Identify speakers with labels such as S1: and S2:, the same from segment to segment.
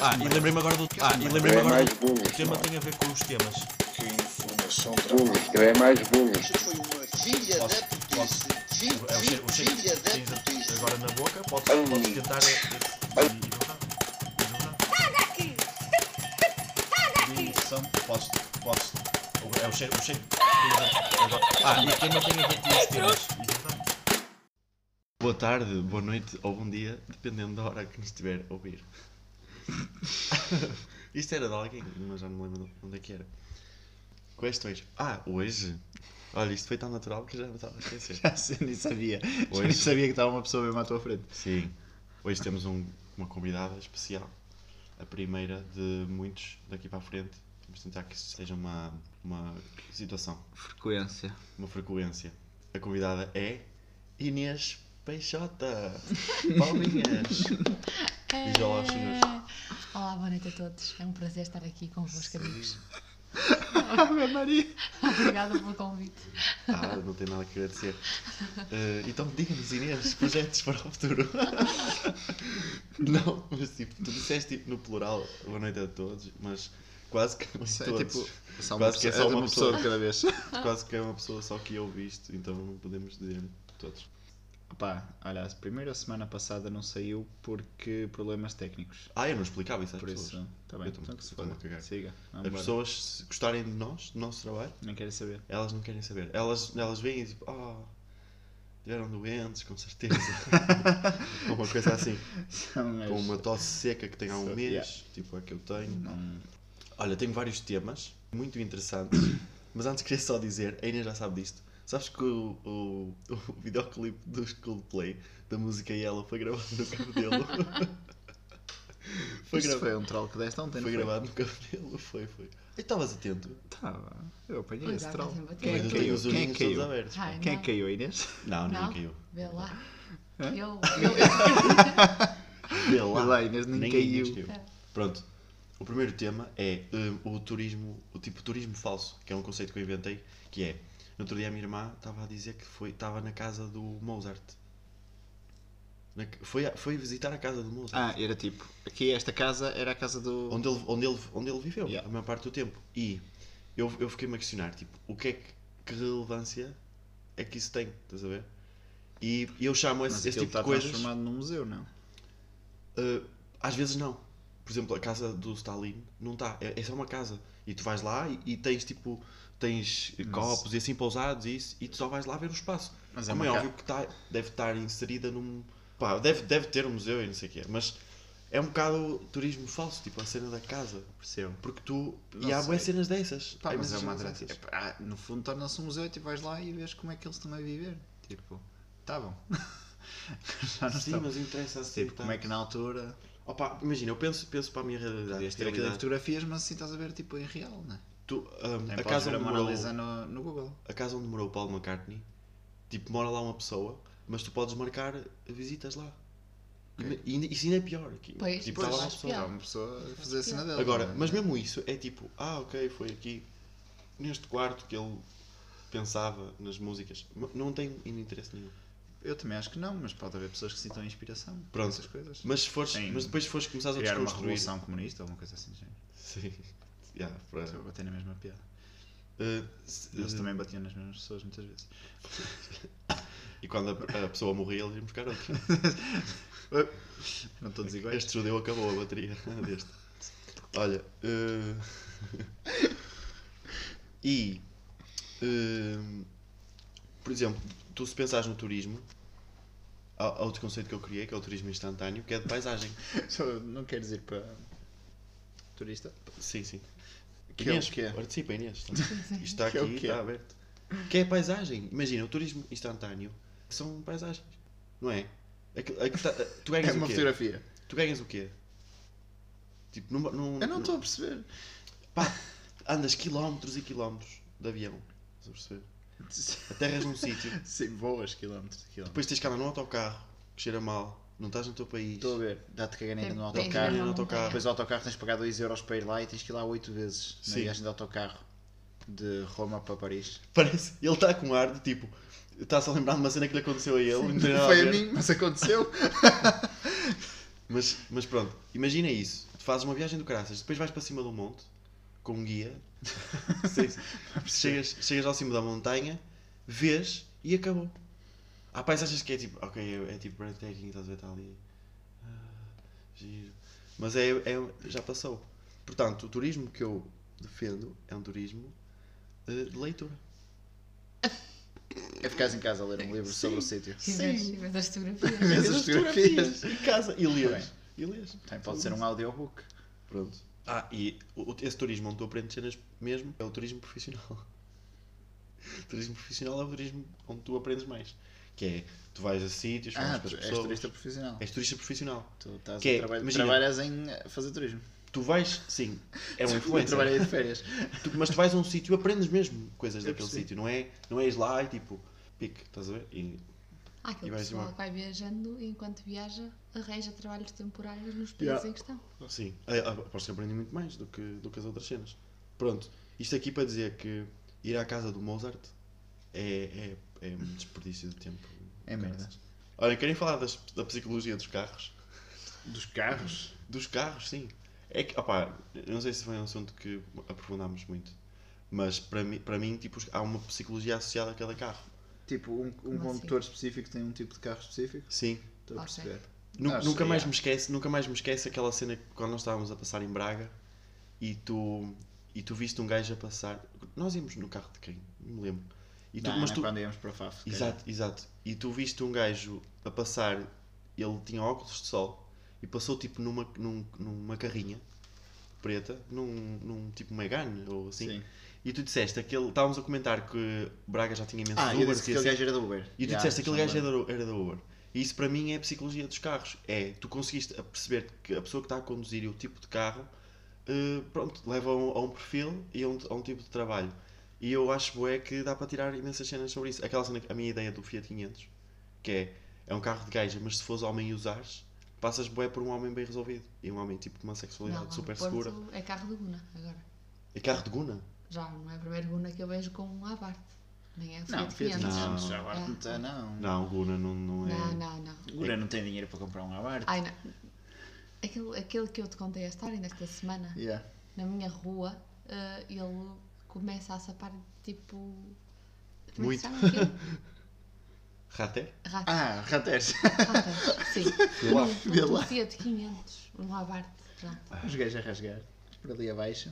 S1: Ah, e lembrei-me agora do. Ah, e
S2: Tu
S1: lembrei-me
S2: é
S1: agora
S2: mais
S1: do.
S2: burro.
S1: O tema tem a ver com os temas.
S3: Que informação
S2: Burro, tu é mais burro.
S4: Isto foi uma filha
S1: Posso-
S4: da putice. Fi-
S1: É o
S4: fi-
S1: cheiro, o cheiro
S4: filha
S1: que
S4: da
S1: tens a-
S4: putice.
S1: agora na boca, podes,
S2: Ai.
S1: podes tentar. eh, eh, e- e jorrar. E jorrar.
S5: daqui!
S1: E são- Podes. podes- o- É o cheiro, o cheiro que tens a- agora- Ah, e o tema tem a ver com os temas. E jorrar.
S6: Boa tarde, boa noite ou bom dia, dependendo da hora que nos estiver a ouvir. Isto era de alguém, mas já não me lembro de onde é que era. Questões. Ah, hoje? Olha, isto foi tão natural que já me estava a esquecer.
S7: Já nem sabia. Já nem
S6: Pois.
S7: sabia que estava uma pessoa mesmo à tua frente.
S6: Sim, hoje temos um- uma convidada especial, a primeira de muitos daqui para a frente. Vamos tentar que isto seja uma, uma situação,
S7: Frequência.
S6: uma frequência. A convidada é Inês Peixota. Palminhas. Diz olá aos senhores.
S5: É. Olá, boa noite a todos. É um prazer estar aqui convosco, amigos.
S7: Ave Maria.
S5: Obrigada pelo convite.
S6: Ah, não tem nada que agradecer. Eh, então diga-nos, Inês, projetos para o futuro. não, mas tipo, tu disseste tipo, no plural, boa noite a todos, mas quase que
S7: Isso é
S6: todos.
S7: tipo, só uma,
S6: Quase que é só
S7: pessoa,
S6: uma
S7: uma pessoa de cada vez.
S6: Quase que é uma pessoa só que ouve isto, então não podemos dizer todos.
S7: Pá, olha, a primeira semana passada não saiu porque problemas técnicos.
S6: Ah, eu não explicava isso às
S7: Por
S6: pessoas.
S7: isso, tá bem.
S6: Eu tô-
S7: Então que se
S6: eu tô-me
S7: foda.
S6: a cagar.
S7: Siga.
S6: As
S7: vambora.
S6: pessoas, se gostarem de nós, do nosso trabalho,
S7: Nem querem saber.
S6: elas não querem saber. Elas, elas vêm e tipo, ah, tiveram doentes, com certeza. uma coisa assim.
S7: São um as-
S6: Com uma tosse seca que tenho há um
S7: Só-
S6: mês,
S7: yeah.
S6: tipo a que eu tenho.
S7: Não-
S6: Olha, tenho vários temas muito interessantes, mas antes queria só dizer, a Inês já sabe disto. Sabes que o, o, o videoclipe dos Coldplay, da música Yellow, foi gravado no cabelo?
S7: Então
S6: foi,
S7: Isto
S6: grava-
S7: foi um troll que deste ontem,
S6: foi
S7: não
S6: gravado no cabelo, foi, foi. E estavas atento?
S7: Tava. Eu apanhei
S5: Pois
S7: esse
S5: é,
S7: troll.
S5: mas eu
S7: Quem é
S6: Mas eu
S7: que
S6: tenho
S7: caiu?
S6: os
S7: Quem é
S6: olhinhos
S7: que
S6: todos
S7: caiu?
S6: abertos. pá.
S5: Ai,
S7: Quem é
S5: não.
S7: que caiu, Inês?
S6: Não, ninguém
S5: Não?
S6: caiu.
S5: Vê lá.
S7: Hã?
S5: Eu, eu,
S6: Vê
S7: Vê lá, Inês, nem caiu.
S5: É.
S6: Pronto. O primeiro tema é hum, o turismo, o tipo turismo falso, que é um conceito que eu inventei, que é, no outro dia a minha irmã estava a dizer que foi, estava na casa do Mozart. Na ca- foi, a- foi visitar a casa do Mozart,
S7: Ah, era tipo, aqui esta casa era a casa do.
S6: onde, ele, onde, ele, onde ele viveu
S7: Ah. Yeah.
S6: a maior parte do tempo. E eu, eu fiquei-me a questionar, tipo, o que é que, que relevância é que isso tem, estás a ver? E eu chamo
S7: Mas
S6: esse, esse
S7: aquilo
S6: tipo
S7: está
S6: de coisas...
S7: transformado num museu, não?
S6: Uh, às vezes não. Por exemplo, a casa do Stalin não está. É, é só uma casa. E tu vais lá e, e tens tipo. Tens copos e assim pousados e isso. E tu só vais lá ver o espaço.
S7: Mas é
S6: Como é,
S7: uma ca-
S6: óbvio que tá, deve estar inserida num. Pá, deve, deve ter um museu e não sei o quê. Mas é um bocado turismo falso, tipo a cena da casa.
S7: Percebo.
S6: Porque tu.
S7: Não
S6: e há
S7: sei.
S6: boas cenas dessas.
S7: Pá,
S6: Há
S7: mas é
S6: imensas
S7: uma
S6: cenas
S7: atração.
S6: dessas.
S7: Epá, no fundo torna-se um museu e tu vais lá e vês como é que eles estão a viver. Tipo, tá bom. Já não
S6: Sim,
S7: estão.
S6: mas interessa assim.
S7: Tipo, como é que na altura
S6: Opa, imagina, eu penso, penso para a minha realidade.
S7: podias ter aquilo em
S6: realidade.
S7: fotografias, mas assim estás a ver tipo em real, né?
S6: Tu, hum,
S7: Nem
S6: a
S7: podes
S6: casa
S7: ver a
S6: onde
S7: Mona
S6: morou-
S7: Lisa no, no Google.
S6: a casa onde morou o Paulo McCartney, tipo, mora lá uma pessoa, mas tu podes marcar visitas lá. E, e isso ainda é pior. Que,
S5: Pois,
S6: tipo,
S5: pois,
S6: tá lá uma
S5: acho é.
S6: pessoa.
S5: pior.
S7: Há uma pessoa a fazer a cena dela.
S6: Agora,
S7: né?
S6: mas mesmo isso é tipo, ah, ok, foi aqui, neste quarto que ele pensava nas músicas. M- Não tem interesse nenhum.
S7: Eu também acho que não, mas pode haver pessoas que sintam inspiração.
S6: Pronto.
S7: Essas coisas.
S6: Mas, se fores,
S7: Em
S6: mas depois se fores começar a
S7: Criar uma
S6: desconstruir.
S7: revolução comunista ou uma coisa assim do género.
S6: Sim. Yeah, pra-
S7: Estou a bater na mesma piada.
S6: Uh, se-
S7: Eles também batiam nas mesmas pessoas muitas vezes.
S6: E quando a, a pessoa morria, eles iam buscar outra.
S7: Não todos iguais.
S6: Este judeu acabou a bateria deste. Olha. eh, e. eh, por exemplo, tu se pensares no turismo, há há outro conceito que eu criei, que é o turismo instantâneo, que é de paisagem.
S7: Só não queres ir para turista?
S6: Sim, sim.
S7: Que é o
S6: Inês,
S7: que é?
S6: participa, Inês. Isto está
S7: Que
S6: aqui,
S7: é o que é?
S6: está aberto. Que é a paisagem. Imagina, o turismo instantâneo são paisagens, não é? Aquilo- aquilo tá- tu
S7: É
S6: ganhas
S7: uma
S6: o quê?
S7: fotografia.
S6: Tu ganhas o quê? Tipo, numa- num-
S7: Eu não
S6: num-
S7: estou a perceber.
S6: Pá, andas quilómetros e quilómetros de avião. Estás a perceber? Aterras num sítio,
S7: Sim, boas quilómetros. quilómetros.
S6: depois tens que andar num autocarro que cheira mal, não estás no teu país.
S7: Estou a ver. Dá-te
S6: é
S7: caganeira
S5: Tem-
S7: no
S5: tem
S6: Carne
S5: que ir
S6: no
S7: autocarro.
S5: à montanha.
S6: autocarro.
S7: Depois o autocarro tens de pagar 2€ euros para ir lá e tens que ir lá 8 vezes na
S6: Sim.
S7: viagem de autocarro de Roma para Paris.
S6: Parece, ele está com ar de tipo, está-se a lembrar de uma cena que lhe aconteceu a ele, não tem nada
S7: Foi
S6: a
S7: a
S6: ver.
S7: mim, mas aconteceu.
S6: Mas, mas pronto, imagina isso. Tu fazes uma viagem do caraças, depois vais para cima do monte com um guia, sei- chegas, chegas ao cimo da montanha, vês e acabou. Há paisagens que é tipo, ok, é, é tipo breathtaking, estás a ver, está ali. ah, giro. Mas é, é- já passou. Portanto, o turismo que eu defendo é um turismo eh, de leitura.
S7: É ficares em casa a ler um livro sobre o sítio.
S5: E vês- e vês as fotografias.
S7: Vês as
S6: Vês as
S7: fotografias.
S6: fotografias em casa e lês.
S7: Bem.
S6: E lês.
S7: Também pode ser um audiobook.
S6: Pronto. Ah, e o- o- esse turismo onde tu aprendes cenas mesmo é o turismo profissional. O turismo profissional é o turismo onde tu aprendes mais. Que é, tu vais a sítios, falas
S7: Ah,
S6: com as
S7: tu és
S6: pessoas.
S7: turista profissional.
S6: És turista profissional.
S7: Tu estás
S6: Que é,
S7: a traba-
S6: imagina-
S7: trabalhas em eh, fazer turismo.
S6: Tu vais, sim, é um
S7: Eu trabalhei
S6: influencer.
S7: de férias.
S6: Tu- mas tu vais a um sítio e aprendes mesmo coisas
S7: Eu
S6: daquele
S7: percebi.
S6: sítio. Não é, não és lá e tipo, pique, estás a ver? E
S5: Há
S6: E
S5: aquele
S6: vais
S5: pessoal
S6: embora.
S5: que vai viajando e enquanto viaja arranja trabalhos temporários nos países
S7: Yeah.
S5: em questão.
S6: Sim, a- a- aposto que aprendi muito mais do que, do que as outras cenas. Pronto, isto aqui para dizer que ir à casa do Mozart é, é, é um desperdício de tempo.
S7: É merda.
S6: Caraças. Olha, querem falar das- da psicologia dos carros?
S7: Dos carros?
S6: Dos carros, sim. É que, opá, eu não sei se foi um assunto que aprofundámos muito, mas para mim, para mim tipo, os- há uma psicologia associada a cada carro.
S7: Tipo, um, um
S5: Como
S7: condutor específico tem um tipo de carro específico?
S6: Sim.
S7: Estou a
S5: Ok.
S7: perceber.
S6: Nu-
S7: Ah,
S6: nunca,
S7: sim,
S6: mais
S7: é.
S6: me esquece, nunca mais me esquece aquela cena que quando nós estávamos a passar em Braga e tu, e tu viste um gajo a passar. Nós íamos no carro de quem? Não me lembro. E tu,
S7: Não,
S6: mas
S7: não, é
S6: tu,
S7: quando íamos para a FAF. se calhar.
S6: exato, exato. E tu viste um gajo a passar, ele tinha óculos de sol e passou tipo numa, num- numa carrinha preta, num, num tipo Megane ou assim.
S7: Sim.
S6: E tu disseste aquele. Estávamos a comentar que Braga já tinha imensos
S7: Ah, eu
S6: Ubers
S7: disse que
S6: e
S7: aquele
S6: assim.
S7: gajo era da Uber.
S6: E tu
S7: Já,
S6: disseste aquele
S7: já
S6: gajo
S7: lembro.
S6: era do- era da Uber. E isso para mim é a psicologia dos carros. É, tu conseguiste a perceber que a pessoa que está a conduzir e o tipo de carro, eh, pronto, leva a um, a um perfil e a um, a um tipo de trabalho. E eu acho bué que dá para tirar imensas cenas sobre isso. Aquela cena, que- a minha ideia do Fiat 500, que é, é um carro de gaja, mas se fores homem e usares, passas bué por um homem bem resolvido. E um homem tipo com uma sexualidade
S5: Não,
S6: super
S5: no Porto
S6: segura.
S5: É carro de Guna agora.
S6: E carro de guna.
S5: Já não é a primeira Guna que eu vejo com um Abarth. Nem é o
S7: Não,
S5: Fiat
S7: Fiat
S5: É. 500.
S7: 500.
S6: Não.
S7: Já o Abarth não tem, não.
S6: Não, guna não, não é...
S5: Não, não, não.
S7: O Gura não tem dinheiro para comprar um Abarth.
S5: Ai, não. Aquele, aquele que eu te contei a história nesta semana,
S7: Yeah.
S5: na minha rua, eh, ele começa a sapar tipo. como é
S6: Muito.
S5: que se chama aquilo?
S6: Rater?
S5: Rato.
S7: Ah, raters.
S5: Ratas, sim.
S6: Vê lá.
S5: Um-
S7: Vê
S5: Um
S7: lá.
S5: Fiat 500, um Abarth. já.
S7: Os gajos a rasgar. Por ali abaixo.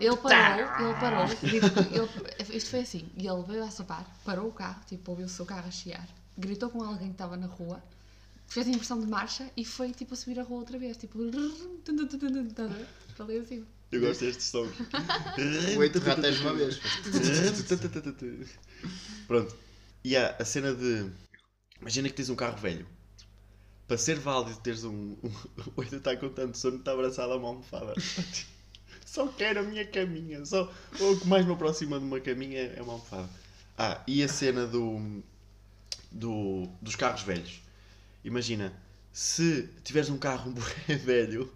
S5: Ele parou, ele parou. tipo, ele- isto foi assim. E ele veio a sapar, parou o carro, tipo, ouviu o seu carro a chiar, gritou com alguém que estava na rua, fez a inversão de marcha e foi, tipo, a subir a rua outra vez. Tipo, para ali assim.
S6: Eu gosto deste som.
S7: Oito raters uma vez.
S6: Pronto. E há a cena de. Imagina que tens um carro velho. Para ser válido teres um. um o Edu está com tanto sono, está abraçado a uma almofada. Só quero a minha caminha. Só... O que mais me aproxima de uma caminha é uma almofada. Ah, e a cena do. do dos carros velhos. Imagina, se tiveres um carro bué velho,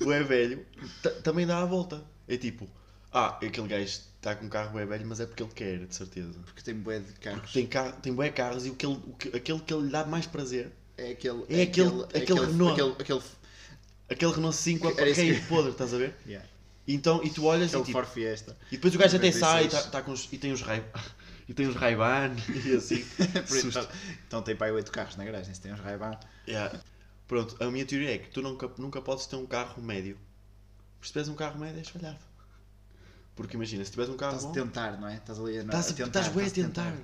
S6: bué velho, ta- também dá a volta. É tipo, ah, aquele gajo está com um carro bué velho, mas é porque ele quer, de certeza.
S7: Porque tem bué de carros.
S6: Tem, carro, tem bué carros e o que ele- o que- aquele que ele lhe dá mais prazer,
S7: É aquele...
S6: É aquele- aquele Renault.
S7: Aquele... aquele
S6: aquele Renault é 5 a
S7: Era isso
S6: cair
S7: que-
S6: podre, estás a ver?
S7: yeah.
S6: E Então, e tu olhas e
S7: Aquele
S6: tipo,
S7: Ford Fiesta.
S6: E depois o gajo até
S7: 96.
S6: sai e, tá, tá com os- e tem os Ray e tem os Ray-Ban e assim.
S7: Por isso,
S6: Susto. Tá
S7: Então tem para aí oito carros na garagem. Se tem uns Ray-Ban.
S6: Yeah. Pronto, a minha teoria é que tu nunca, nunca podes ter um carro médio. Porque se tiveres um carro médio és falhado. Porque imagina, se tiveres um carro
S7: Estás a
S6: bom,
S7: tentar, não é? Estás ali a,
S6: estás a
S7: tentar.
S6: estás bué a
S7: estás
S6: tentar.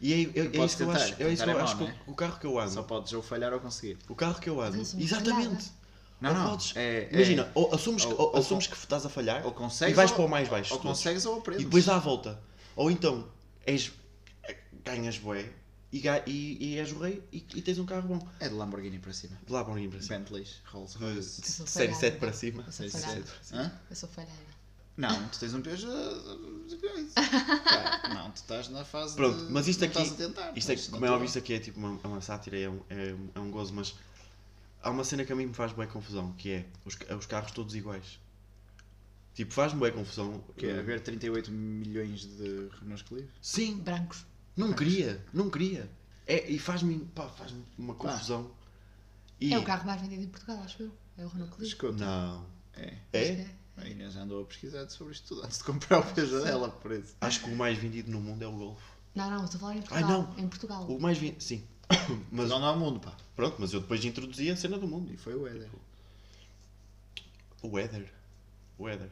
S6: E é, é, é
S7: podes
S6: isso que eu
S7: tentar,
S6: acho, é isso
S7: tentar
S6: que
S7: é
S6: eu
S7: mau,
S6: acho que
S7: não é?
S6: o- o carro que eu
S7: Só
S6: ando,
S7: podes ou falhar ou conseguir.
S6: o carro que eu ando,
S5: Mas eu sou muito
S6: exatamente.
S7: Não,
S6: Ou
S7: não.
S6: podes-
S7: é- é-
S6: imagina, ou assumes, que,
S7: ou-
S6: ou
S7: ou
S6: assumes que estás a falhar
S7: Ou consegues
S6: e vais
S7: ou-
S6: para o mais baixo.
S7: Ou
S6: de todos.
S7: consegues ou aprendes.
S6: E depois dá a volta. Ou então és, ganhas bué e, ga- e, e és o rei e, e tens um carro bom.
S7: É de Lamborghini para cima.
S6: De lá para o para cima.
S7: Bentleys, Rolls Royce.
S5: sou
S6: Série
S5: falhada.
S6: 7 para cima.
S5: Eu sou
S7: Série
S5: falhada.
S7: Hã?
S5: Eu sou falhada.
S7: Não, tu tens um Peugeot. Pá, Não, tu estás na fase.
S6: Pronto,
S7: de-
S6: mas isto
S7: não
S6: aqui,
S7: Estás a tentar,
S6: isto é,
S7: mas
S6: como é óbvio,
S7: natural.
S6: isto aqui é tipo uma, é uma sátira, é um, é, um, é um gozo, mas há uma cena que a mim me faz bem confusão, que é os, ca- os carros todos iguais. Tipo, faz-me bem confusão.
S7: Que é
S6: eh,
S7: haver 38 milhões de Renault Clive?
S6: Sim,
S5: Brancos.
S6: não queria, não queria. É, e faz-me, pá, faz-me uma
S7: Pá.
S6: confusão. E...
S5: É o carro mais vendido em Portugal, acho eu. É o Renault Clio.
S7: Escuta.
S6: Não.
S7: É.
S6: É?
S7: A Inês andou a pesquisar sobre isto tudo antes de comprar o pesadelo a preço.
S6: Acho que o mais vendido no mundo é o Golf.
S5: Não, não, eu estou a falar em
S6: Ai,
S5: Portugal.
S6: não.
S5: Em Portugal.
S6: O mais vendido, sim. Mas,
S7: Mas não há mundo, pá.
S6: pronto, mas eu depois introduzi a cena do mundo.
S7: E foi o Éder.
S6: Tipo, O Weather. O Weather.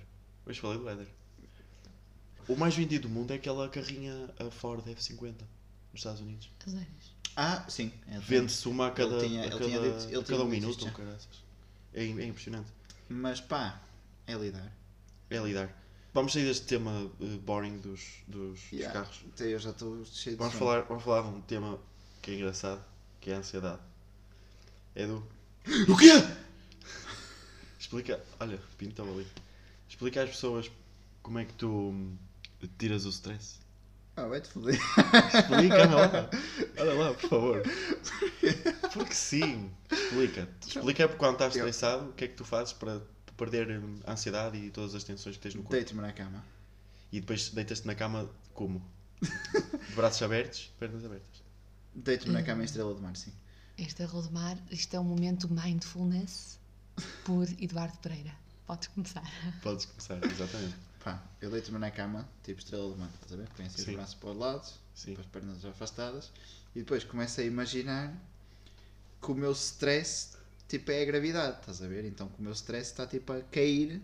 S6: Hoje falei do Weather. O mais vendido do mundo é aquela carrinha a Ford F50 nos Estados Unidos.
S5: As neiras.
S7: Ah, sim. é de-
S6: Vende-se uma a cada,
S7: Ele tinha-
S6: a
S7: ele
S6: cada,
S7: tinha dito- ele
S6: a cada
S7: tinha
S6: um
S7: dito
S6: minuto.
S7: isto já.
S6: caraças. É, im- é impressionante.
S7: Mas pá, é lidar.
S6: É lidar. Vamos sair deste tema eh, boring dos, dos, dos
S7: Yeah.
S6: carros.
S7: Até Eu já estou cheio de
S6: Vamos
S7: sono.
S6: falar, vamos falar de um tema que é engraçado, que é a ansiedade. É do.
S7: O quê?
S6: Explica. Olha, Pinto estava ali. Explica às pessoas como é que tu hum, tiras o stress.
S7: Ah, vai-te foder.
S6: Explica, olha lá. Olha lá, por favor. Porque sim. Explica. Explica quando estás
S7: Eu-
S6: estressado o que é que tu fazes para perder hum, a ansiedade e todas as tensões que tens no corpo.
S7: Deito-me na cama.
S6: E depois deitas-te na cama como? De braços abertos, pernas abertas.
S7: Deito-me
S6: Uhum.
S7: na cama em estrela de mar, sim.
S5: Este é Rodemar, isto é um momento mindfulness por Eduardo Pereira. Podes começar.
S6: Podes começar, exatamente.
S7: Pá, eu deito-me na cama, tipo estrela de mar, estás a ver? Põe assim os
S6: Sim.
S7: braços para os lados,
S6: Sim.
S7: com as pernas afastadas, e depois começo a imaginar que o meu stress, tipo, é a gravidade, estás a ver? Então que o meu stress está, tipo, a cair,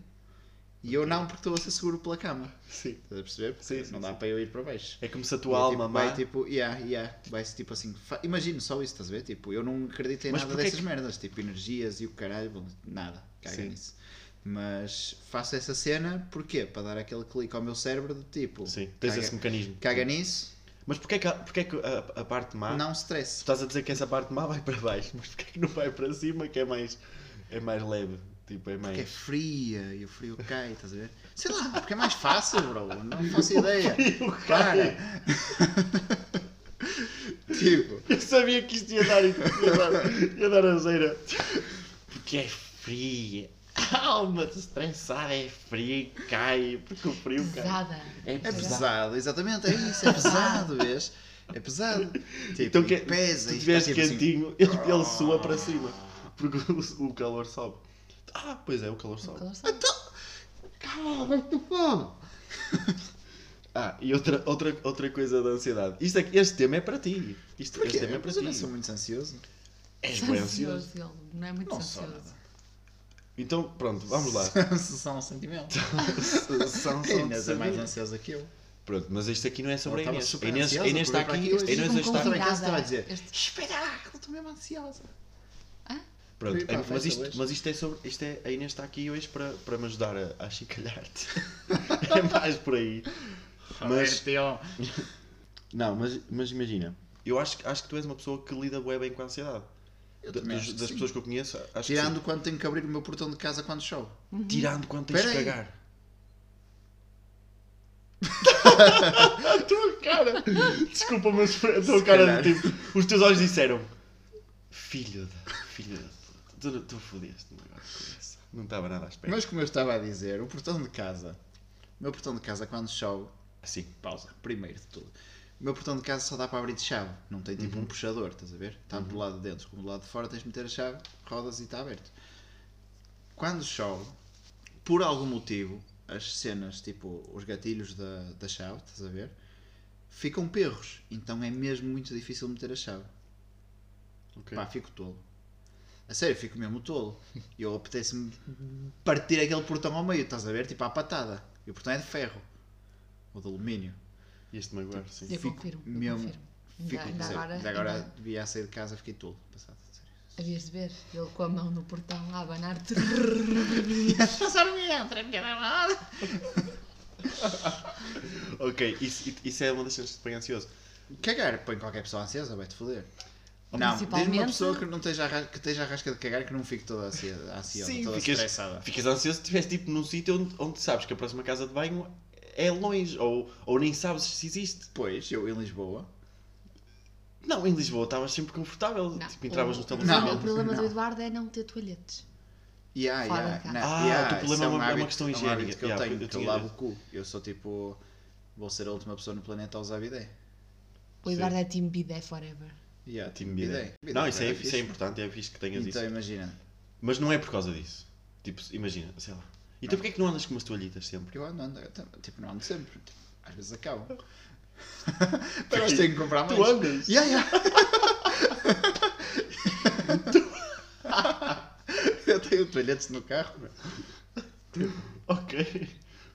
S7: e eu não, porque estou a ser seguro pela cama.
S6: Sim.
S7: Estás a perceber? Porque
S6: Sim, sim,
S7: não dá
S6: sim.
S7: para eu ir para baixo.
S6: É como se a
S7: E
S6: tua
S7: é,
S6: alma
S7: tipo,
S6: má...
S7: vai tipo, yeah, yeah, vai se tipo assim, fa- imagino só isso, estás a ver? Tipo, eu não acredito em
S6: Mas
S7: nada
S6: porquê
S7: dessas
S6: que-
S7: merdas, tipo energias e o caralho, bom, nada, caga
S6: Sim.
S7: nisso. Mas faço essa cena, porquê? Para dar aquele clique ao meu cérebro de tipo,
S6: Sim, tens
S7: caga,
S6: esse mecanismo.
S7: caga nisso,
S6: Mas porquê é que, a- porquê que a, a parte má...
S7: não
S6: Tu
S7: stress.
S6: estás a dizer que essa parte má vai para baixo, mas porquê é que não vai para cima que é mais... É mais leve. Tipo, é
S7: Porque é
S6: mais...
S7: fria e o frio cai, estás a ver? Sei lá, porque é mais fácil, bro, não faço ideia. Para! tipo,
S6: Eu sabia que isto ia dar... Ia dar, ia dar azeira. Porque é fria. A alma estressada é fria e cai. Porque o frio cai.
S5: Pesada.
S6: É
S7: É pesado, exatamente, é isso, é pesado, vês? É pesado. Tipo,
S6: Então que
S7: e pesa
S6: se
S7: e
S6: estiveres
S7: está tipo assim,
S6: quentinho, ele, ele sua para cima. Porque o, o calor sobe. Ah, pois é, o calor
S5: O
S6: sobe.
S5: calor sabe.
S6: Ah, e outra, outra, outra coisa da ansiedade. Isto é que- este tema é para ti. Isto,
S7: Porquê?
S6: este tema é para
S7: Mas eu não
S6: ti.
S7: sou muito ansioso.
S6: És
S5: Está
S6: bem ansioso.
S5: ele. Não é muito
S7: Não sou
S5: ansioso.
S7: nada.
S6: Então, pronto, vamos lá.
S7: São sentimentos.
S6: São- são-
S7: A Inês é
S6: são-
S7: mais ansiosa que eu.
S6: Pronto, mas isto aqui não é sobre a
S7: Ela estava
S6: Inês.
S7: super
S6: A Inês, a
S7: ansiosa
S6: Inês
S7: por
S6: está
S7: vir para
S6: aqui.
S7: aqui hoje. um
S6: A Inês
S5: Fico-me
S6: está.
S7: Estava em casa,
S5: tipo Convidada.
S7: estava a dizer,
S5: Este- tipo,
S7: espetáculo, estou mesmo ansiosa.
S6: Pronto,
S7: Vim para
S6: é-
S7: a
S6: mas,
S7: festa
S6: isto,
S7: hoje.
S6: mas isto é sobre. Isto é, a Inês está aqui hoje para, para me ajudar a, a chicalhar-te. é mais por aí. Mas-
S7: Mas... Tio.
S6: Não, mas, mas imagina, eu acho, que- acho que tu és uma pessoa que lida bué bem com a ansiedade.
S7: Eu
S6: Da-
S7: também
S6: das
S7: acho que
S6: das
S7: sim.
S6: pessoas que eu conheço, acho
S7: Tirando quando tenho que abrir o meu portão de casa quando chove.
S6: que sim. Tirando quando tens de
S7: Espera aí.
S6: cagar. a tua cara! Desculpa, mas foi a tua
S7: Se
S6: cara
S7: calhar.
S6: de tipo. Os teus olhos disseram: Filho da. Filho da. puta, Tu, tu fodeste-me agora com essa. Não estava nada à espera.
S7: Mas como eu estava a dizer, o portão de casa, o meu portão de casa quando chove,
S6: Sim,
S7: pausa, primeiro de tudo. O meu portão de casa só dá para abrir de chave, não tem tipo um puxador, estás a ver? Tanto do lado de dentro como do lado de fora, tens de meter a chave, rodas e está aberto. Quando chove, por algum motivo, as cenas, tipo os gatilhos da, da chave, estás a ver? Ficam perros, então é mesmo muito difícil meter a chave.
S6: ok.
S7: Pá, fico tolo. A sério, fico mesmo tolo. E eu apetece-me partir aquele portão ao meio, estás a ver? Tipo à patada. E o portão é de ferro. Ou de alumínio.
S6: E este magoar, sim.
S5: Eu
S7: Fico
S5: confirmo. Eu
S7: mesmo-
S5: confirmo. Ainda,
S7: Fico,
S5: ainda
S7: sério,
S5: agora,
S7: ainda agora
S5: ainda-
S7: devia sair de casa, fiquei tolo. Passado, sério.
S5: havias de ver ele com a mão no portão a abanar te
S6: Ok, isso, isso é uma das coisas que te põe ansioso.
S7: Cagar, põe qualquer pessoa ansiosa, vai-te foder. Não,
S5: Principalmente-
S7: diz-me uma pessoa que não esteja, a ra- que esteja a rasca de cagar que não fique toda ansiosa, ansiosa
S6: Sim,
S7: toda
S6: ficas,
S7: estressada.
S6: ficas ansioso se estiveres tipo num sítio onde, onde sabes que a próxima casa de banho é longe ou, ou nem sabes se existe.
S7: Pois, eu em Lisboa,
S6: Não, em Lisboa estavas sempre confortável,
S5: Não,
S6: tipo entravas no
S5: o-
S6: estabelecimento.
S5: O problema
S7: Não.
S5: do Eduardo é não ter toalhetes.
S7: Yeah,
S5: Fora
S7: yeah,
S5: de casa.
S7: na-
S6: Ah,
S7: yeah,
S6: o teu problema
S7: isso
S6: é uma- é uma
S7: hábito-
S6: questão
S7: é um
S6: higiênica.
S7: hábito que eu
S6: Yeah,
S7: tenho,
S6: eu
S7: que eu
S6: tinha
S7: lavo o cu. Eu sou tipo. Vou ser a última pessoa no planeta a usar bidé.
S5: O Eduardo é time bidé forever.
S7: Yeah,
S6: Team Bidet. Não, isso é, isso é importante, é fixe que tenhas
S7: Então
S6: isso.
S7: imagina,
S6: Mas não é por causa disso. Tipo, imagina, sei lá. Então porquê é que não andas com umas toalhitas sempre?
S7: eu ando, ando, eu tam- tipo, não ando sempre. Tipo, Às vezes acabam. Mas nós temos que comprar mais.
S6: Tu andas?
S7: Yeah, yeah. eu tenho toalhetes no carro, meu.
S6: Ok.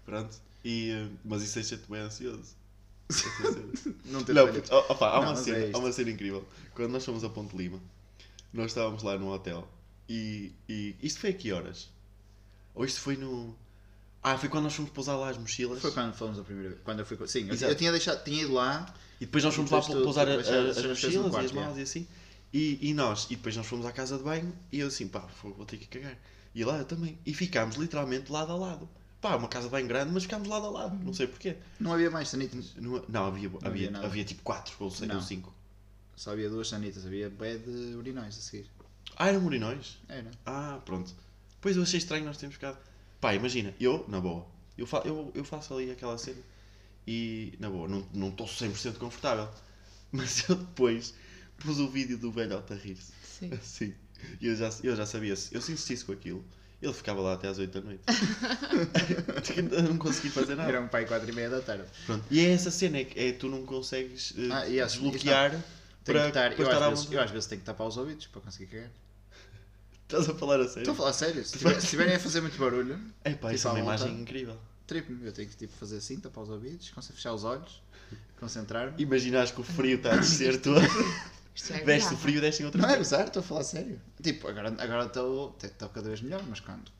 S6: Pronto. E, eh, mas isso deixa-te bem ansioso. Essa cena.
S7: Não tenho
S6: Não,
S7: toalhetes.
S6: porque- ó- opa, há,
S7: Não,
S6: uma
S7: mas é
S6: cena, há
S7: isto.
S6: uma cena incrível. Quando nós fomos a Ponte Lima, nós estávamos lá num hotel e, e isto foi a que horas? Ou isto foi no. Ah, foi quando nós fomos pousar lá as mochilas
S7: Foi quando fomos a primeira vez. Quando eu fui. co- Sim, eu,
S6: Exato.
S7: eu tinha, deixado, tinha ido lá.
S6: e depois nós fomos
S7: Depois
S6: lá
S7: tu-
S6: pousar
S7: tu
S6: a- a-
S7: deixaste-
S6: as
S7: deixaste no
S6: mochilas e as
S7: quarto,
S6: malas e assim. E, e nós, e depois nós fomos à casa de banho e eu assim, pá, fogo, vou ter que cagar. E lá eu também. E ficámos literalmente lado a lado. Pá, uma casa de banho grande, mas ficámos lado a lado, não sei porquê.
S7: Não havia mais sanitas.
S6: Não, não, havia, havia,
S7: havia
S6: havia,
S7: nada.
S6: tipo 4 ou 6
S7: Não.
S6: ou 5.
S7: Só havia duas sanitas. Havia bué de urinóis a seguir.
S6: Ah, eram urinóis?
S7: Era.
S6: Ah, pronto. Pois eu achei estranho nós termos ficado. Pá, imagina, eu, na boa, eu, fa eu, eu faço ali aquela cena e, na boa, não não estou 100% confortável. Mas eu depois pus o vídeo do velhote a rir-se.
S5: Sim.
S6: Assim. E eu já, eu já sabia, se eu se insistisse com aquilo, ele ficava lá até às 8 da noite. Tipo, eu não consegui fazer nada.
S7: Era um pai 4 e meia da tarde.
S6: Pronto. E é essa cena, é que é, tu não consegues eh,
S7: Ah, e acho-
S6: desbloquear
S7: Tenho
S6: para,
S7: que estar,
S6: para
S7: eu,
S6: estar à
S7: às vezes,
S6: vontade.
S7: eu às vezes tenho que tapar os ouvidos para conseguir cagar.
S6: Estás a falar a
S7: Estou
S6: sério?
S7: a falar sério. Se tiver- se estiverem a fazer muito barulho,
S6: É pá,
S7: Então, Tipo,
S6: isso é uma
S7: à
S6: imagem
S7: vontade.
S6: incrível.
S7: tripo-me. Eu tenho que tipo, fazer assim, tapar os ouvidos, conce- fechar os olhos, concentrar-me.
S6: Imaginas que o frio está a descer todo.
S5: Isto é
S6: Deste o
S5: bizarro.
S6: frio, deste em outra
S7: Não é
S6: coisa.
S7: bizarro, estou a falar sério. Tipo, agora agora estou até estou cada vez melhor, mas quando?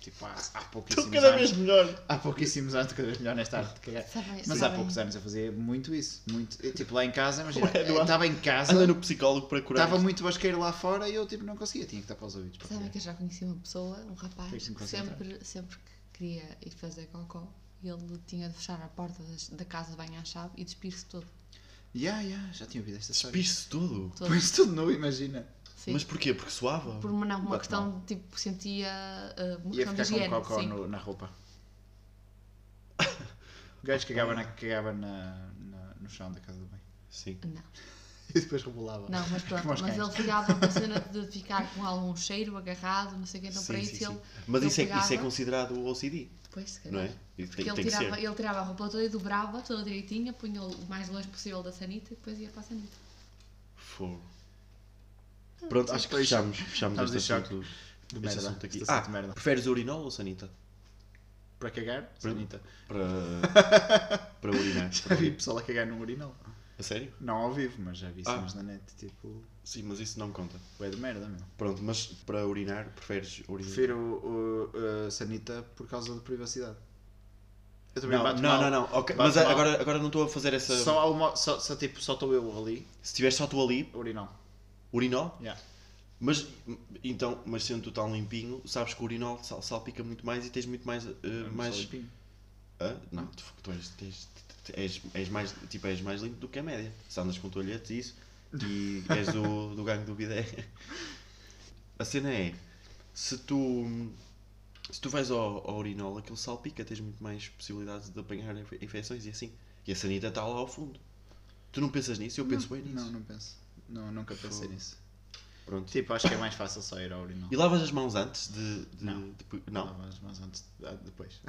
S7: Tipo, há, há
S6: Estou
S7: pouquíssimos
S6: Então, cada
S7: anos.
S6: vez melhor.
S7: Há pouquíssimos anos, estou cada vez melhor nesta arte de cagar.
S5: Sabem-
S7: Mas há
S5: sabem-
S7: poucos anos eu fazia muito isso. Muito, e, tipo, lá em casa, imagina.
S6: Ué, não
S7: eu
S6: há-
S7: Estava em casa,
S6: Anda no psicólogo para curar.
S7: estava
S6: isto.
S7: muito basqueiro lá fora e eu tipo, não conseguia, tinha que tapar os ouvidos. é. para
S5: Sabem
S7: cagar.
S5: que eu já conheci uma pessoa, um rapaz,
S7: Tem que me
S5: que
S7: concentrar.
S5: sempre, sempre que queria ir fazer cocó, ele tinha de fechar a porta das- da casa de banho à chave e despir-se todo.
S7: Yeah, yeah, já tinha ouvido esta história.
S6: Despiste-se tudo.
S5: todo.
S7: Põe-se tudo nu, imagina.
S5: Sim.
S6: Mas porquê? Porque suava?
S5: por uma, não, uma
S7: Bate
S5: questão de tipo, sentia uh, uma
S7: Ia
S5: questão de
S7: ficar com
S5: higiene.
S7: cocó
S5: sim.
S7: no- na roupa. O gajo cagava, na, cagava na, na- no chão da casa do bem.
S6: Sim.
S5: Não,
S7: E depois rebolava.
S5: não, mas pronto,
S7: Como aos
S5: mas
S7: cães.
S5: ele ficava com a cena de ficar com algum cheiro agarrado, não sei o que, então
S6: Sim,
S5: para
S6: sim,
S5: isso
S6: sim.
S5: ele.
S6: Mas
S5: ele
S6: isso é, isso é
S5: pegava-
S6: considerado o OCD,
S5: Pois, se calhar.
S6: não é? Isso
S5: Porque
S6: tem,
S5: ele
S6: tem que
S5: tirava,
S6: ser.
S5: ele tirava a roupa toda e dobrava toda direitinha, punha o mais longe possível da sanita e depois ia para a sanita.
S6: Fogo. Pronto, acho que
S7: Ah, Pois.
S6: fechamos, fechamos
S7: Estamos
S6: este
S7: em choque.
S6: assunto,
S7: De
S6: este
S7: merda.
S6: assunto aqui.
S7: Este assunto de
S6: Ah,
S7: merda.
S6: preferes urinol ou sanita?
S7: Para cagar, sanita.
S6: Para, para urinar.
S7: Já vi pessoal a cagar num urinal.
S6: A sério?
S7: Não ao vivo, mas já vi
S6: Ah.
S7: cenas na net, tipo,
S6: Sim, mas isso não conta.
S7: é de merda, meu.
S6: Pronto, mas para urinar, preferes urinar?
S7: Prefiro o, o- a sanita por causa de privacidade. Eu também
S6: Não,
S7: bato
S6: não,
S7: mal.
S6: não, não. ok,
S7: Bato
S6: Mas a-
S7: mal.
S6: agora, agora não estou a fazer essa.
S7: Só, há uma, só, só, tipo, só estou eu ali,
S6: Se tiveres só tu ali,
S7: urinal.
S6: urinol,
S7: Yeah.
S6: Mas, então, mas sendo tu tão limpinho, sabes que o urinol sal- salpica muito mais e tens muito mais. eh, mais
S7: Só limpinho.
S6: Hã? não, tu, tu és, tens- tu és, és mais, tipo, és mais limpo do que a média. Se andas com toalhetes e isso, e és do, do gangue do bidé. A cena é: se tu, se tu vais ao, ao urinol, aquilo salpica, tens muito mais possibilidades de apanhar infe- infecções e assim. E a sanita está lá ao fundo. Tu não pensas nisso? Eu penso bem nisso.
S7: Não, não penso. Não, nunca pensei
S6: Fogo.
S7: nisso.
S6: Pronto.
S7: Tipo, acho que é mais fácil só ir ao urinal.
S6: E lavas as mãos antes de. de-
S7: Não.
S6: depois-
S7: Não,
S6: não.
S7: mas, mas antes, ah, depois.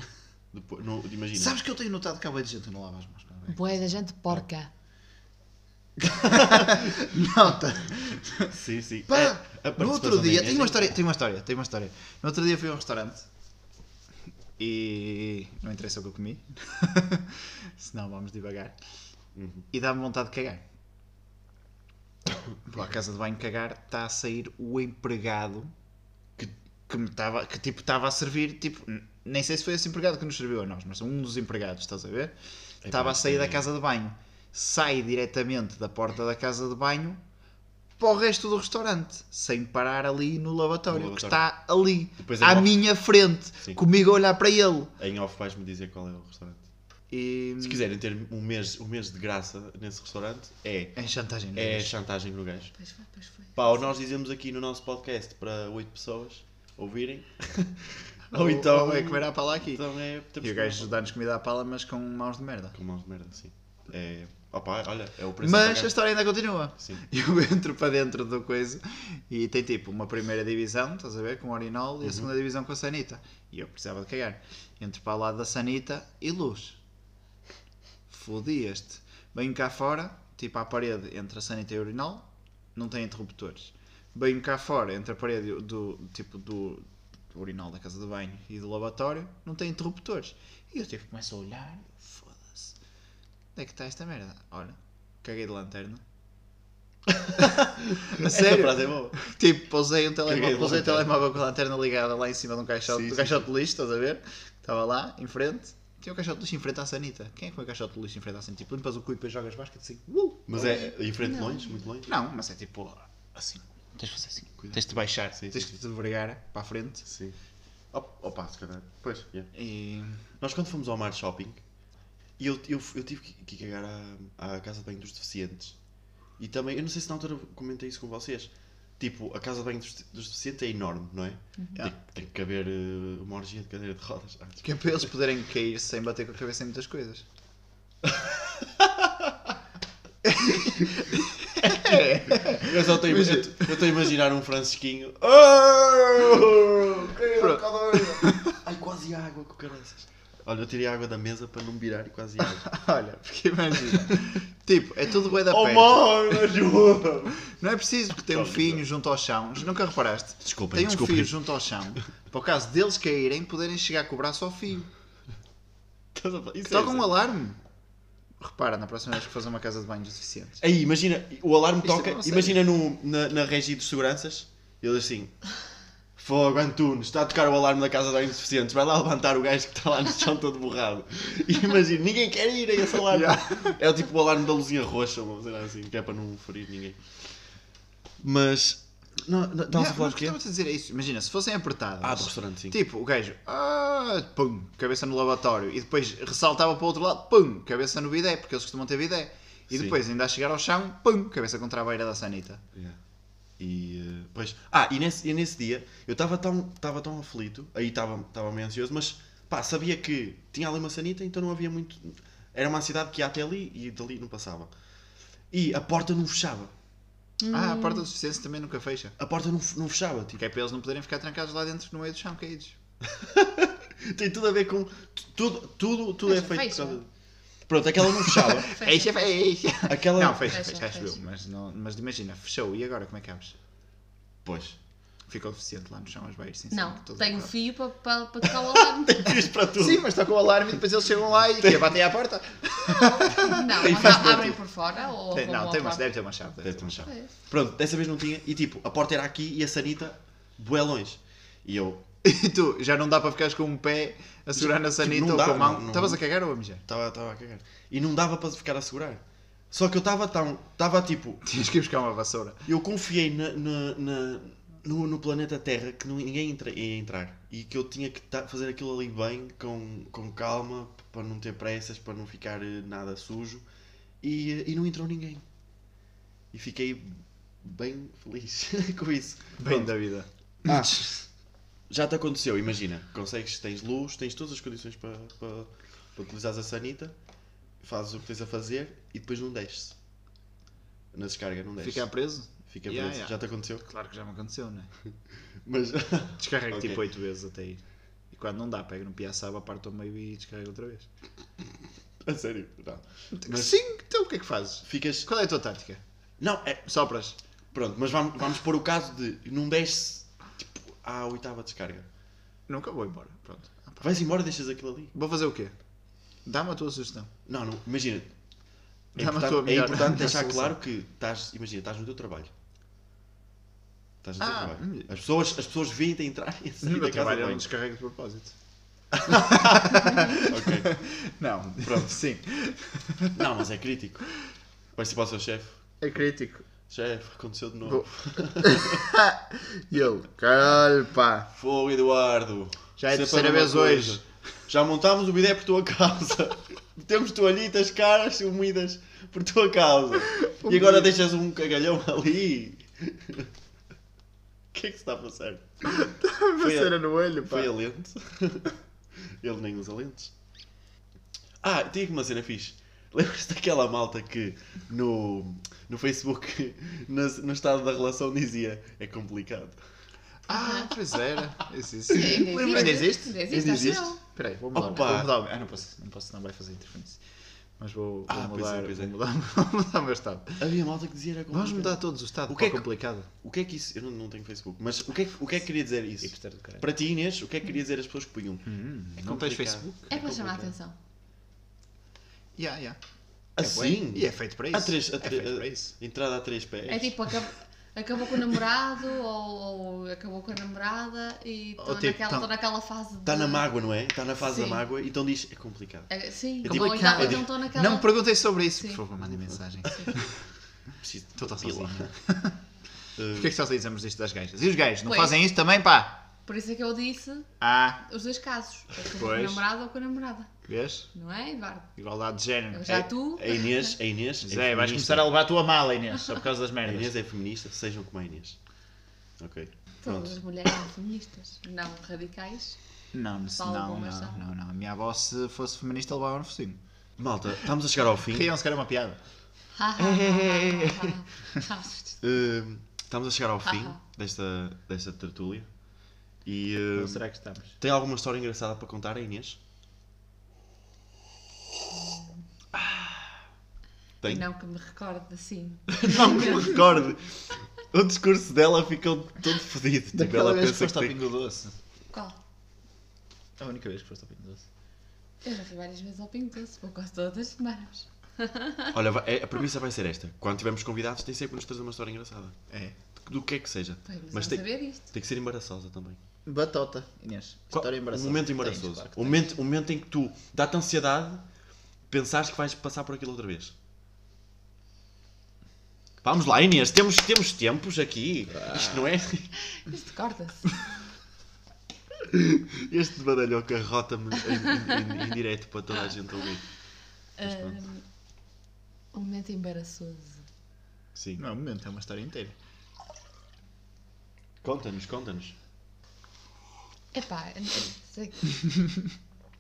S6: Depois, não imagina.
S7: Sabes que eu tenho notado que há bué de gente que não é lava as mãos. quando vem?
S5: Boé da gente porca.
S7: Não, tá.
S6: Sim, sim.
S7: Pá,
S6: É, a
S7: no
S6: participação
S7: outro dia,
S6: da minha
S7: tem uma
S6: gente-
S7: história, tem uma história, tem uma história. No outro dia fui a um restaurante e não interessa o que eu comi, senão vamos devagar.
S6: Uhum.
S7: E dá-me vontade de cagar. Vou à casa de banho cagar, está a sair o empregado que, que me estava, que tipo estava a servir, tipo, n- nem sei se foi esse empregado que nos serviu a nós, mas um dos empregados, estás a ver? Estava a sair da casa de banho. Sai diretamente da porta da casa de banho para o resto do restaurante, sem parar ali no lavatório,
S6: No
S7: que
S6: lavatório.
S7: está ali,
S6: Depois é
S7: à
S6: logo.
S7: minha frente,
S6: Sim.
S7: comigo a olhar para ele.
S6: Em off vais-me dizer qual é o restaurante.
S7: E
S6: Se quiserem ter um mês, um mês de graça nesse restaurante, é,
S7: é chantagem, não
S6: é
S7: é?
S6: chantagem no gajo.
S5: Pois foi, pois foi.
S6: Pá, ou nós dizemos aqui no nosso podcast para oito pessoas ouvirem. ou então.
S7: é comer à pala aqui.
S6: Então é.
S7: E
S6: temos
S7: o
S6: que-
S7: gajo dá-nos comida à pala, mas com mãos de merda.
S6: Com mãos de merda, sim. É, Opa, olha, é o preço a
S7: Mas
S6: pagar.
S7: a história ainda continua.
S6: Sim.
S7: Eu entro para dentro do coisa e tem tipo uma primeira divisão, estás a ver, com o urinol
S6: Uhum.
S7: e a segunda divisão com a sanita. E eu precisava de cagar. Entro para o lado da sanita e luz. Fodias-te. Venho cá fora, tipo à parede entre a sanita e o urinol, não tem interruptores. Venho cá fora entre a parede do tipo do, do urinol da casa de banho e do lavatório, não tem interruptores. E eu tipo começo a olhar, foda-se. Onde é que está esta merda? Olha, caguei de lanterna. A
S6: Essa
S7: sério?
S6: frase é boa.
S7: Tipo, pousei, um
S6: Caguei
S7: telemóvel,
S6: de
S7: pousei o
S6: lanterna.
S7: telemóvel com a lanterna ligada lá em cima de um caixote,
S6: Sim,
S7: do
S6: sim,
S7: caixote de lixo, estás a ver? Estava lá, em frente. Tinha um caixote de lixo em frente à sanita. Quem é que põe caixote de lixo em frente à sanita? Tipo, limpas o cu e depois jogas basquete assim. Uh!
S6: Mas é em frente
S5: Não.
S6: longe, muito longe.
S7: Não, mas é tipo, assim. Tens de fazer assim. Tens de baixar,
S6: Sim,
S7: tens
S6: sim,
S7: de te vergar para a frente.
S6: Sim. Op- Opa, se calhar. Pois, yeah.
S7: E...
S6: Nós quando fomos ao Mar Shopping, e eu, eu, eu tive que, que cagar à, à casa de banho dos deficientes. E também, eu não sei se na altura comentei isso com vocês. Tipo, a casa de banho dos, dos deficientes é enorme, não é? Tem, tem que caber eh, uma orgia de cadeira de rodas. Ah,
S7: Que é para eles poderem cair sem bater com a cabeça em muitas coisas.
S6: Eu só tenho, eu, eu estou a imaginar um Francisquinho. Oh, caiu a cadeira. Ai, quase água, com caraças. Olha, eu tirei a água da mesa para não virar e quase água.
S7: Olha, porque imagina. tipo, é tudo bué da
S6: Oh,
S7: perto.
S6: mano, ajuda!
S7: Não é preciso porque tem um fio junto ao chão. Nunca reparaste?
S6: Desculpem,
S7: Tem um
S6: desculpem.
S7: fio junto ao chão. Para o caso deles caírem, poderem chegar com o braço ao fio.
S6: Estás a falar- Isso
S7: Toca
S6: é-
S7: um alarme. Repara, na próxima vez que fazer uma casa de banho é suficiente.
S6: Aí, imagina, o alarme
S7: Isto
S6: toca,
S7: é uma série.
S6: imagina no, na, na regi de seguranças, ele assim, fogo Antunes, está a tocar o alarme da casa dos insuficientes, vai lá levantar o gajo que está lá no chão todo borrado. E imagina, ninguém quer ir a esse alarme. É o tipo o alarme da luzinha roxa, vamos dizer assim, que é para não ferir ninguém. Mas, não, não, estás a falar do
S7: mas o que
S6: quê?
S7: estava a dizer é isso. Imagina, se fossem apertadas.
S6: Ah, do restaurante, sim.
S7: Tipo, o gajo, ah, pum, cabeça no lavatório. E depois ressaltava para o outro lado, pum, cabeça no bidé, porque eles costumam ter bidé. E
S6: Sim.
S7: depois, ainda a chegar ao chão, pum, cabeça contra a beira da sanita.
S6: Yeah. E, eh, pois, ah, e nesse, e nesse dia eu estava tão, tava tão aflito, aí estava tava meio ansioso, mas pá, sabia que tinha ali uma sanita, então não havia muito. Era uma cidade que ia até ali e dali não passava. E a porta não fechava.
S7: Ah, a porta do suficiência também nunca fecha.
S6: A porta não, fe- não fechava. Tipo,
S7: Que é para eles não poderem ficar trancados lá dentro no meio do chão, é caídos.
S6: tem tudo a ver com. tu- Tudo, tudo, tudo é
S5: Fecha,
S6: feito por
S5: fecha.
S6: causa de- Pronto, aquela não fechava.
S7: Fecha, fecha.
S6: Aquela.
S7: Não, fecha,
S5: Fecha,
S7: fecha, acho eu.
S5: fecha.
S7: Mas, não, mas imagina, fechou. E agora como é que abres?
S6: Pois.
S7: Ficou deficiente lá no chão, as beiras, sim.
S5: Não,
S7: todo
S5: tem um
S7: borrado.
S5: fio para pa, pa tocar o alarme.
S6: Fiz para tudo.
S7: Sim, mas está com o alarme e depois eles chegam lá e quê, batem à porta.
S5: Não,
S6: Tem
S5: mas
S6: fio
S5: a-
S6: para
S5: abrem
S6: tudo.
S5: por fora ou
S7: Tem-
S5: arrombam
S7: não,
S5: a
S7: tem uma,
S5: porta?
S7: deve ter uma chave.
S6: Deve ter uma chave.
S5: Pois.
S6: Pronto, dessa vez não tinha. E tipo, a porta era aqui e a sanita, bué longe. E eu
S7: E tu, já não dá para ficares com um pé a segurar na sanita
S6: Tipo, não
S7: ou
S6: dá,
S7: com a
S6: não-
S7: mão.
S6: não-
S7: Estavas a cagar ou a mijar?
S6: Estava a cagar. E não dava para ficar a segurar. Só que eu estava tão. Estava tipo.
S7: Tinhas que ir buscar uma vassoura.
S6: Eu confiei na, na- na- no, no planeta Terra que não- ninguém entra, ia entrar. E que eu tinha que ta- fazer aquilo ali bem, com, com calma, para não ter pressas, para não ficar eh, nada sujo. E, eh, e não entrou ninguém. E fiquei bem feliz com isso.
S7: Bem
S6: Pronto.
S7: da vida.
S6: Ah, já te aconteceu, imagina. Consegues, tens luz, tens todas as condições para, para, para utilizares a sanita, fazes o que tens a fazer e depois não desce. Na descarga não desce.
S7: Ficar preso?
S6: Fica preso.
S7: Yeah, yeah.
S6: Já te aconteceu?
S7: Claro que já me aconteceu, não é?
S6: Mas.
S7: Descarrego
S6: Ok.
S7: tipo 8 vezes até ir. E quando não dá, pego no piaçaba, parto ao meio e descarrego outra vez.
S6: a sério, não. Mas-
S7: Sim, então o que é que fazes?
S6: Ficas.
S7: Qual é a tua tática?
S6: Não, é.
S7: Sopras.
S6: Pronto, mas vamos, vamos pôr o caso de não desce tipo, à oitava descarga.
S7: Nunca vou embora. Pronto. Ah, pá.
S6: Vais embora e deixas aquilo ali.
S7: Vou fazer o quê? Dá-me a tua sugestão.
S6: Não, não, imagina. É
S7: Dá-me a
S6: importante,
S7: tua
S6: é
S7: melhor-
S6: importante
S7: melhor
S6: deixar
S7: solução.
S6: claro que estás, imagina, estás no teu trabalho. Estás no teu
S7: Ah,
S6: trabalho.
S7: hum.
S6: As pessoas, as pessoas vêm-te entrar e a
S7: No
S6: sair
S7: meu
S6: da casa
S7: trabalho
S6: de
S7: eu não
S6: banho.
S7: descarrego de propósito.
S6: Ok.
S7: Não.
S6: Pronto.
S7: Sim.
S6: Não, mas é crítico. Vai ser para o seu chefe.
S7: É crítico.
S6: Chefe, aconteceu de novo.
S7: Vou- E ele, caralho, pá.
S6: Fogo, Eduardo.
S7: Já é a
S6: Sempre
S7: terceira
S6: mesma
S7: vez
S6: coisa.
S7: hoje.
S6: Já montámos o bidé por tua causa. Temos toalhitas caras e úmidas por tua causa. e agora deixas um cagalhão ali. O que é que se está a passar?
S7: Uma
S6: Foi a-
S7: cena no olho, pá.
S6: Foi a lente. Ele nem usa lentes. Ah, tinha aqui uma cena fixe. Lembras-te daquela malta que no, no Facebook, no, no estado da relação, dizia é complicado?
S7: Ah, pois era. Isso, isso.
S5: Ainda
S7: Lembra? Ainda existe?
S5: Ainda
S6: Ainda
S5: existe, acho
S6: existe?
S5: eu.
S7: Espera aí, vou mudar.
S6: Opa!
S7: Vou mudar o- Ah, não posso, não posso, não vai fazer interferência. Mas vou, vou
S6: Ah, pois
S7: mudar,
S6: é, pois
S7: vou
S6: é.
S7: mudar, vou mudar o meu estado.
S6: Havia malta que dizia era complicado.
S7: Vamos mudar todos o estado,
S6: O que é
S7: para
S6: que-
S7: complicado.
S6: O que é que isso. Eu não, não tenho Facebook, mas o que é, que- o que, é que queria dizer
S7: E
S6: isso?
S7: gostar do caralho.
S6: Para ti, Inês, o que é que queria dizer as pessoas que punham?
S7: Hum,
S6: É
S7: não tens
S6: complicado.
S7: Facebook?
S5: É para chamar a
S6: complicado.
S5: atenção.
S7: Yeah, yeah. É
S6: Assim?
S7: bué. E é feito para isso.
S6: A três, a
S7: é
S6: três,
S7: feito
S6: a-
S7: para isso.
S6: Entrada a 3 pés.
S5: É tipo, acab- acabou com o namorado ou, ou acabou com a namorada e
S7: Ou
S5: estou
S7: tipo,
S5: naquela,
S7: tá-
S5: tô naquela fase de...
S6: Está na mágoa, não é? Está na fase da
S5: Sim.
S6: mágoa, então diz é complicado.
S5: É, sim,
S6: É
S5: ou
S6: tipo-
S5: então
S7: é
S5: estou
S7: tipo-
S5: naquela...
S7: Não me perguntem sobre isso,
S5: Sim.
S7: por favor, mandem mensagem.
S6: Preciso de
S7: Estou tão
S6: pila.
S7: sozinho.
S6: Uh,
S7: Porquê é que só dizemos isto das gajas? E os gajos, não
S5: Pois.
S7: fazem isto também, pá?
S5: Por isso é que eu disse
S7: Ah,
S5: os dois casos. Acabou com o
S7: Pois.
S5: namorado ou com a namorada.
S7: vês?
S5: Não é, Eduardo?
S7: Igualdade de género. É
S5: Eu já tu...
S6: A Inês, a Inês. é
S7: Zé, vais
S6: feminista.
S7: começar a levar a tua mala, É Inês, só por causa das
S6: A
S7: merdas.
S6: Inês é feminista, sejam como a Inês. Ok.
S5: Todas as
S6: Pronto.
S5: mulheres são feministas, não radicais.
S7: Não, não,
S5: Paulo
S7: não,
S5: Gomes,
S7: não,
S5: não.
S7: não, A minha avó, se fosse feminista, levava no focinho.
S6: Malta, estamos a chegar ao fim.
S7: Riam-se que era é uma piada.
S6: Uh, estamos a chegar ao fim
S5: Ah.
S6: desta, desta tertúlia. E uh,
S7: Ou será que estamos?
S6: tem alguma história engraçada para contar, a Inês? Ah, Tem.
S5: Não que me recorde assim.
S6: Não me recorde. O discurso dela ficou todo fodido. Tipo,
S7: Daquela
S6: ela
S7: vez
S6: pensa
S7: que
S6: que
S7: foste ao
S6: tem...
S7: Pingo Doce.
S5: Qual?
S7: É A única vez que foste ao Pingo Doce.
S5: Eu já fui várias vezes ao Pingo Doce, vou quase todas as semanas.
S6: Olha, vai- é- a premissa vai ser esta. Quando tivermos convidados, tem sempre que nos trazer uma história engraçada.
S7: É.
S6: Do que é que seja.
S5: Pois, mas,
S6: Mas
S5: eu
S6: tem,
S5: não sabia disto.
S6: tem que ser embaraçosa também.
S7: Batota, Inês. História embaraçosa.
S6: Um momento
S7: Tens,
S6: embaraçoso.
S7: claro que
S6: um, momento, um momento em que tu dá-te ansiedade pensares que vais passar por aquilo outra vez. Vamos lá, Inês, temos, temos tempos aqui. Isto não é.
S5: Isto corta-se.
S6: Este badalhoca rota-me em, em- em- em direto para toda a gente ouvir. Mas pronto,
S5: Um momento embaraçoso.
S6: Sim.
S7: Não é um momento, é uma história inteira.
S6: Conta-nos, conta-nos.
S5: Epá, eu não sei.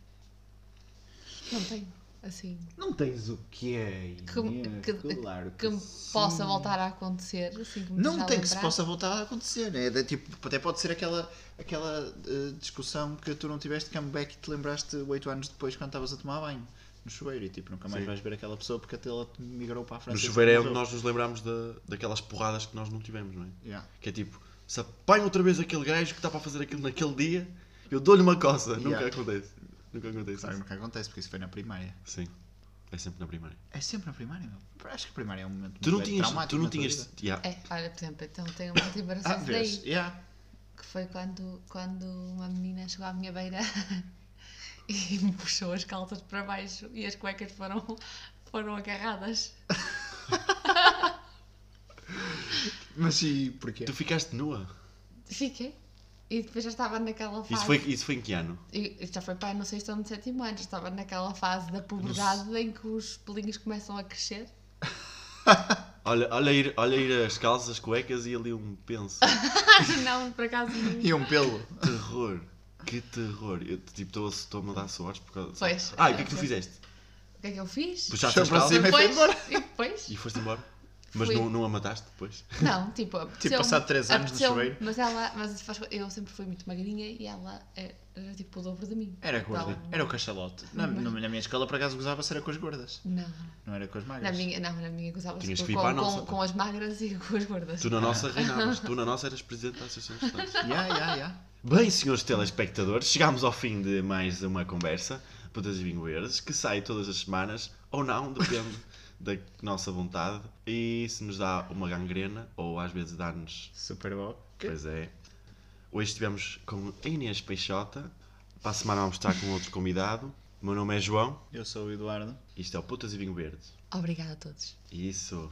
S5: Não tenho, assim,
S7: Não tens o que é,
S5: que, que- que me possa voltar a acontecer. Assim, que me
S7: Não
S5: deixa a
S7: tem que se
S5: lembrar.
S7: possa voltar a acontecer, né? É tipo, até pode ser aquela, aquela eh, discussão que tu não tiveste comeback e te lembraste 8 anos depois quando estavas a tomar banho no chuveiro e tipo, nunca mais
S6: Sim.
S7: vais ver aquela pessoa porque até ela te migrou para a
S6: No
S7: França. e
S6: chuveiro
S7: te
S6: é onde
S7: beijou.
S6: nós nos lembramos da, daquelas porradas que nós não tivemos, não é?
S7: Yeah.
S6: Que é tipo, se apanho outra vez aquele gajo que está para fazer aquilo naquele dia, eu dou-lhe uma coça.
S7: Yeah.
S6: Nunca acontece. Nunca acontece.
S7: Claro,
S6: isso.
S7: nunca acontece porque isso foi na primária.
S6: Sim. É sempre na primária.
S7: É sempre na primária, meu. Acho que a primária é um momento
S6: Tu não
S7: muito
S6: tinhas.
S7: traumático
S6: Tu não
S7: na tua
S6: tinhas.
S7: vida.
S6: Yeah.
S5: É, olha, por exemplo, então tenho um momento
S7: Ah,
S5: embaraçoso
S7: vês?
S5: daí.
S7: Yeah.
S5: Que foi quando, quando uma menina chegou à minha beira e me puxou as calças para baixo e as cuecas foram, foram agarradas.
S7: Mas e porquê?
S6: Tu ficaste nua.
S5: Fiquei. E depois já estava naquela fase.
S6: Isso foi, isso foi em que ano?
S5: E já foi pai, não sei se estou no sétimo ano, já estava naquela fase da puberdade em que os pelinhos começam a crescer.
S6: Olha, olha, ir, olha ir as calças, as cuecas e ali um penso.
S5: não, por acaso não.
S7: E um pelo.
S6: terror. Que terror. Eu tipo estou a- estou-me a dar suores por causa.
S5: Pois.
S6: Ah, e o que é que tu fizeste?
S5: O que é que eu fiz?
S6: Puxaste as
S7: Puxou para
S6: calças
S7: cima. foi
S5: depois,
S7: embora.
S5: e depois?
S6: e foste embora. Mas
S5: Fui.
S6: não, não a mataste depois.
S5: Não, tipo, apeteceu-me-
S7: passado três anos no
S5: apeteceu-me,
S7: chuveiro.
S5: Mas ela, mas faz- eu sempre fui muito magrinha e ela era tipo o dobro de mim.
S7: Era gorda.
S5: Então,
S7: Era o cachalote. Na, na, na minha escola, por acaso, gozava era com as gordas.
S5: Não,
S7: Não era com as
S5: na
S7: magras.
S5: minha, não, na minha gozava-se
S6: Tinhas
S5: com,
S6: que vir para a
S5: com-
S6: nossa,
S5: com-
S6: pá.
S5: com as magras e com as gordas.
S6: Tu na nossa reinavas. Tu na nossa eras presidente da Associação de Estudantes.
S7: Yeah, yeah, yeah.
S6: Bem, senhores telespectadores, chegámos ao fim de mais uma conversa, Putas e Vinho Verdes, que sai todas as semanas, ou não, depende da nossa vontade, e se nos dá uma gangrena, ou às vezes dá-nos...
S7: Super bom.
S6: Pois é. Hoje estivemos com a Inês Peixota, para a semana vamos estar com outro convidado, o meu nome é João,
S7: Eu sou o Eduardo.
S6: isto é o Putas e Vinho Verdes.
S5: Obrigada a todos.
S6: Isso.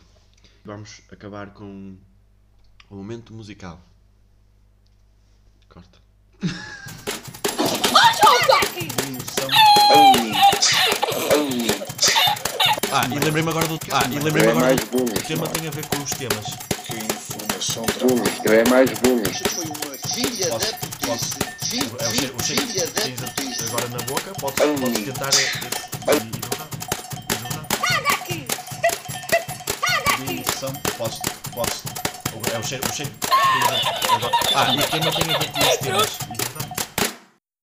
S6: Vamos acabar com o momento musical. Corta. Ah, e lembrei-me agora do. Ah, e lembrei-me agora do. O tema tem a ver com os temas.
S4: Que informação
S2: Booms, é mais booms.
S4: Isto foi uma filha da
S1: posso-
S4: putice. Fi-
S1: É o cheiro, o
S4: fi-
S1: cheiro
S4: Filha
S1: que
S4: da
S1: tens
S4: putice.
S1: eh, agora na boca. Podes, podes tentar. esse- e- e dobrar. E dobrar. o, é o cheiro, o cheiro. Ah, e quem não tem a ver com os temas?